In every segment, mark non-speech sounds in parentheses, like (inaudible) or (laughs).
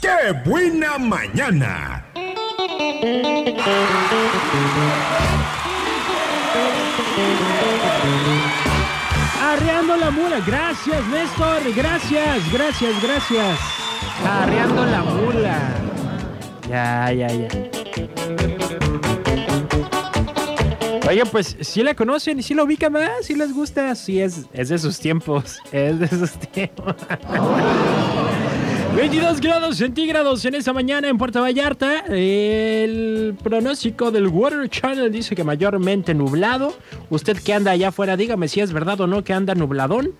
¡Qué buena mañana! Arreando la mula. Gracias, Néstor. Gracias, gracias, gracias. Arreando la mula. Ya, ya, ya. Oigan, pues si la conocen y si la ubican más, si les gusta, sí es, es de sus tiempos, (laughs) es de sus tiempos. 22 grados centígrados en esta mañana en Puerto Vallarta. El pronóstico del Water Channel dice que mayormente nublado. Usted que anda allá afuera, dígame si es verdad o no que anda nubladón.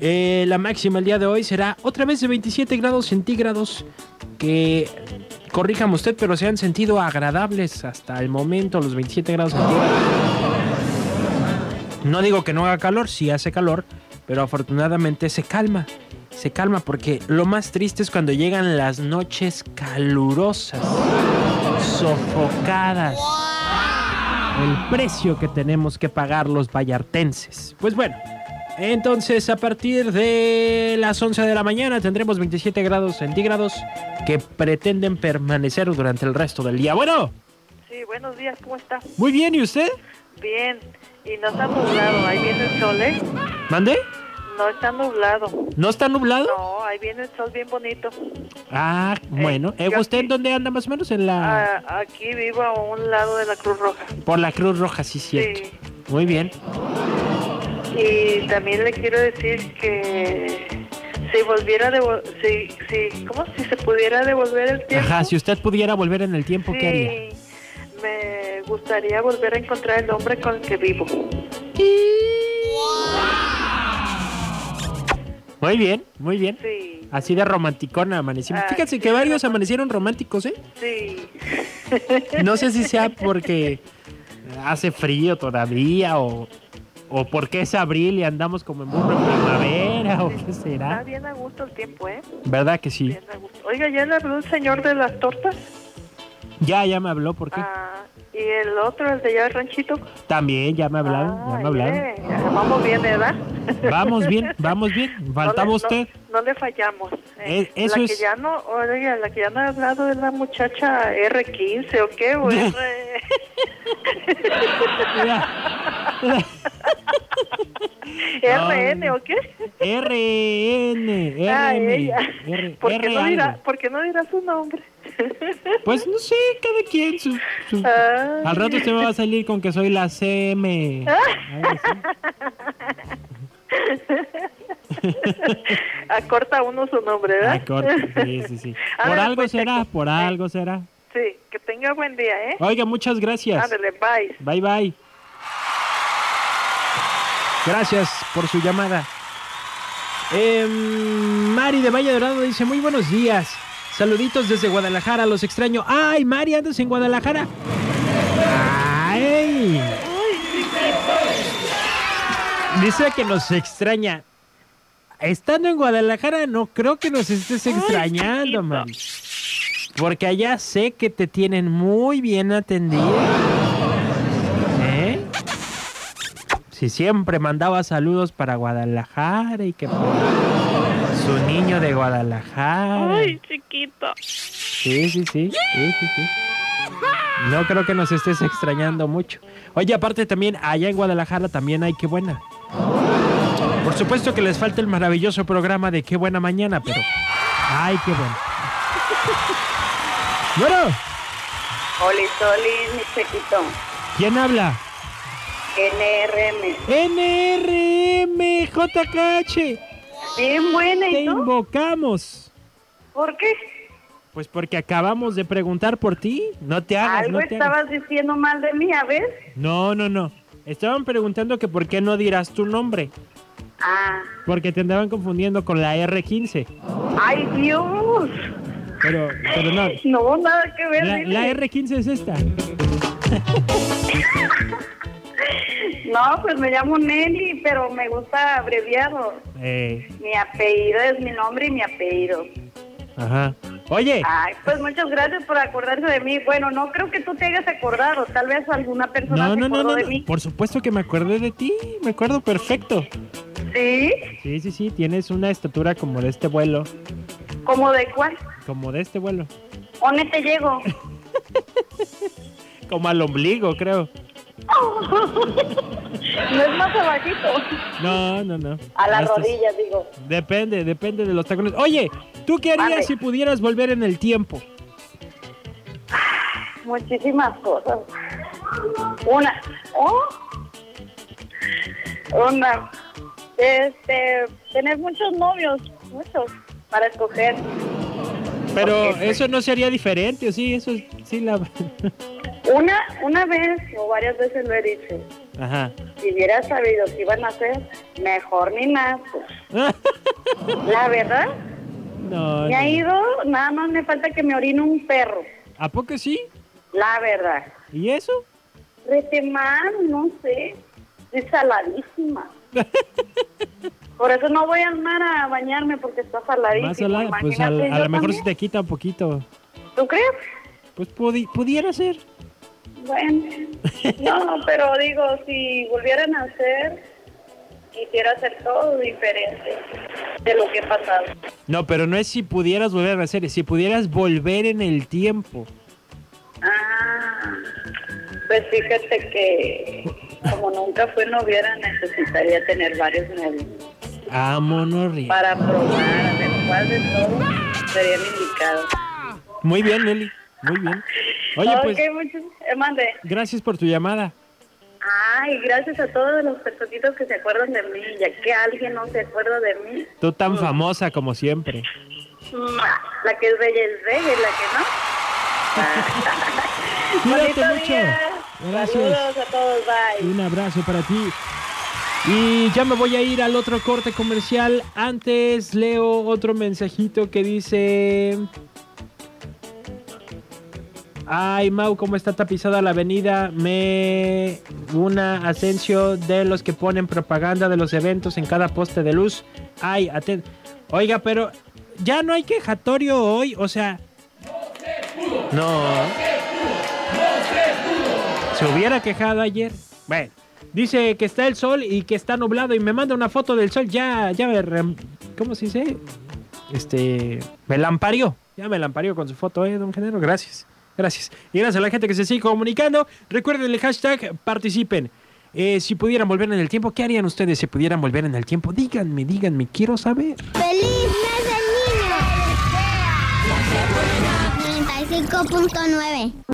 Eh, la máxima el día de hoy será otra vez de 27 grados centígrados. Que corríjame usted, pero se han sentido agradables hasta el momento los 27 grados centígrados. No digo que no haga calor, sí hace calor, pero afortunadamente se calma. Se calma porque lo más triste es cuando llegan las noches calurosas, sofocadas. El precio que tenemos que pagar los vallartenses. Pues bueno, entonces a partir de las 11 de la mañana tendremos 27 grados centígrados que pretenden permanecer durante el resto del día. Bueno, Sí, buenos días, ¿cómo está? muy bien, ¿y usted? Bien, y no está nublado, ahí viene el sol, ¿eh? ¿Mande? No está nublado. ¿No está nublado? No, ahí viene el sol bien bonito. Ah, bueno. Eh, Eh, yo ¿Usted aquí- dónde anda más o menos? En la... Ah, aquí vivo a un lado de la Cruz Roja. Por la Cruz Roja, sí, cierto. Sí. Muy bien. Y también le quiero decir que si volviera a devol- si, si, ¿cómo? Si se pudiera devolver el tiempo. Ajá, si usted pudiera volver en el tiempo, ¿qué haría? sí, me gustaría volver a encontrar el hombre con el que vivo. Muy bien, muy bien. Sí, Así de romanticona amanecimos. Ah, Fíjense sí, que de varios romántico. amanecieron románticos, ¿eh? sí. No sé si sea porque hace frío todavía o, o porque es abril y andamos como en burro en primavera o qué Está será. bien a gusto el tiempo, ¿eh? ¿Verdad que ¿Ah? sí? Bien a gusto. Oiga, ¿ya le habló el señor de las tortas? Ya, ya me habló, ¿por qué? Ah, y el otro, el de allá del ranchito. También, ya me hablaron, ya me Ay, hablaron. eh, vamos bien, ¿verdad? (laughs) Vamos bien, vamos bien. Faltaba No le- usted. No, no le fallamos. Eh, eso la es- que ya no, oiga, la que ya no ha hablado es la muchacha R15 o qué, o (laughs) R... Mira. RN o qué. RN, Ah, RN, ella. R, (laughs) ¿Por qué R no dirá, algo. ¿Por qué no dirá su nombre? (laughs) Pues no sé, cada quien su... su- Ay. Al rato usted me va a salir con que soy (laughs) la CM. Algo así. Acorta uno su nombre, ¿verdad? Ah, corte, sí, sí, (laughs) sí. A Por ver, algo pues, será, Checo. por algo será. Sí, que tenga buen día, ¿eh? Oiga, muchas gracias. Ándale, bye. Bye, bye. Gracias por su llamada. Em, Mari de Valle Dorado dice, muy buenos días. Saluditos desde Guadalajara, los extraño. ¡Ay, Mari, andas en Guadalajara! ¡Ay! Dice que nos extraña. Estando en Guadalajara, no creo que nos estés extrañando, Mari. Porque allá sé que te tienen muy bien atendida. ¿Eh? Si siempre mandaba saludos para Guadalajara y que por- su niño de Guadalajara. Ay, chiquito. Sí, sí, sí. sí, sí, sí. No creo que nos estés extrañando mucho. Oye, aparte también, allá en Guadalajara también hay qué buena. Por supuesto que les falta el maravilloso programa de qué buena mañana, pero. ¡Ay, qué bueno! Bueno, Oli, Soli, mi chiquito. ¿quién habla? NRM. NRMJKH. Bien buena, Te ¿y tú? invocamos. ¿Por qué? Pues porque acabamos de preguntar por ti. No te hagas, Algo no te hagas. estabas diciendo mal de mí, a ver. No, no, no. Estaban preguntando que por qué no dirás tu nombre. Ah. Porque te andaban confundiendo con la R15. ¡Ay, Dios! Pero, pero no. No, nada que ver. La, dile. la R15 es esta. No, pues me llamo Nelly, pero me gusta abreviarlo. Eh, Mi apellido es mi nombre y mi apellido. ajá. Oye, Ay, pues muchas gracias por acordarse de mí. Bueno, no creo que tú te hayas acordado. Tal vez alguna persona no, se no, no, acordó no, de no. mí. Por supuesto que me acuerdo de ti. Me acuerdo perfecto. ¿Sí? Sí, sí, sí. Tienes una estatura como de este vuelo. ¿Cómo de cuál? Como de este vuelo. ¿Dónde te llego? Como al ombligo, creo. No es más (laughs) abajito. No, no, no. A las Hasta- rodillas, digo. Depende, depende de los tacones. Oye, ¿tú qué harías Mande. si pudieras volver en el tiempo? Muchísimas cosas. Una. ¿Oh? Una. Este. Tener muchos novios. Muchos. Para escoger. Pero Ok. eso no sería diferente, ¿o sí? Eso sí la... (laughs) Una, una vez o varias veces lo he dicho. Ajá. Si hubiera sabido que iban a hacer, mejor ni nada. La verdad, No, me ha no. ido, nada más me falta que me orine un perro. ¿A poco sí? La verdad. ¿Y eso? Rete mal, no sé. (laughs) Estoy saladísima. Por eso no voy al mar a bañarme porque está saladísima. Más a, la- pues a, imagínate, a yo lo mejor también. se te quita un poquito. ¿Tú crees? Pues pudi- pudiera ser. (laughs) Bueno. No, pero digo, si volvieran a hacer, quisiera hacer todo diferente de lo que he pasado. No, pero no es si pudieras volver a hacer, es si pudieras volver en el tiempo. Ah, pues fíjate que como nunca fue noviera, necesitaría tener varios novios Ah, monorri. para probar a ver cuál de todos sería el indicado. Muy bien, Nelly. Muy bien. Oye, pues, Ok, muchas- eh, mande. gracias por tu llamada. Ay, gracias a todos los personitos que se acuerdan de mí, ya que alguien no se acuerda de mí. Tú tan famosa como siempre. ¡Mua! La que es bella es bella, y la que no. Cuídate Bonito mucho. día. Gracias. Saludos a todos, bye. Un abrazo para ti. Y ya me voy a ir al otro corte comercial. Antes leo otro mensajito que dice... Ay, Mau, cómo está tapizada la avenida. Me una Asensio de los que ponen propaganda de los eventos en cada poste de luz. Ay, aten... Oiga, pero ya no hay quejatorio hoy, o sea... No. Se hubiera quejado ayer. Bueno, dice que está el sol y que está nublado y me manda una foto del sol. Ya, ya me... rem- ¿Cómo se dice? Este... Me lamparió. Ya me lamparió con su foto, ¿eh, don Genaro? Gracias. Gracias. Y gracias a la gente que se sigue comunicando. Recuerden el hashtag, participen. Eh, si pudieran volver en el tiempo, ¿qué harían ustedes si pudieran volver en el tiempo? Díganme, díganme, quiero saber. ¡Feliz mes del niño! 35.9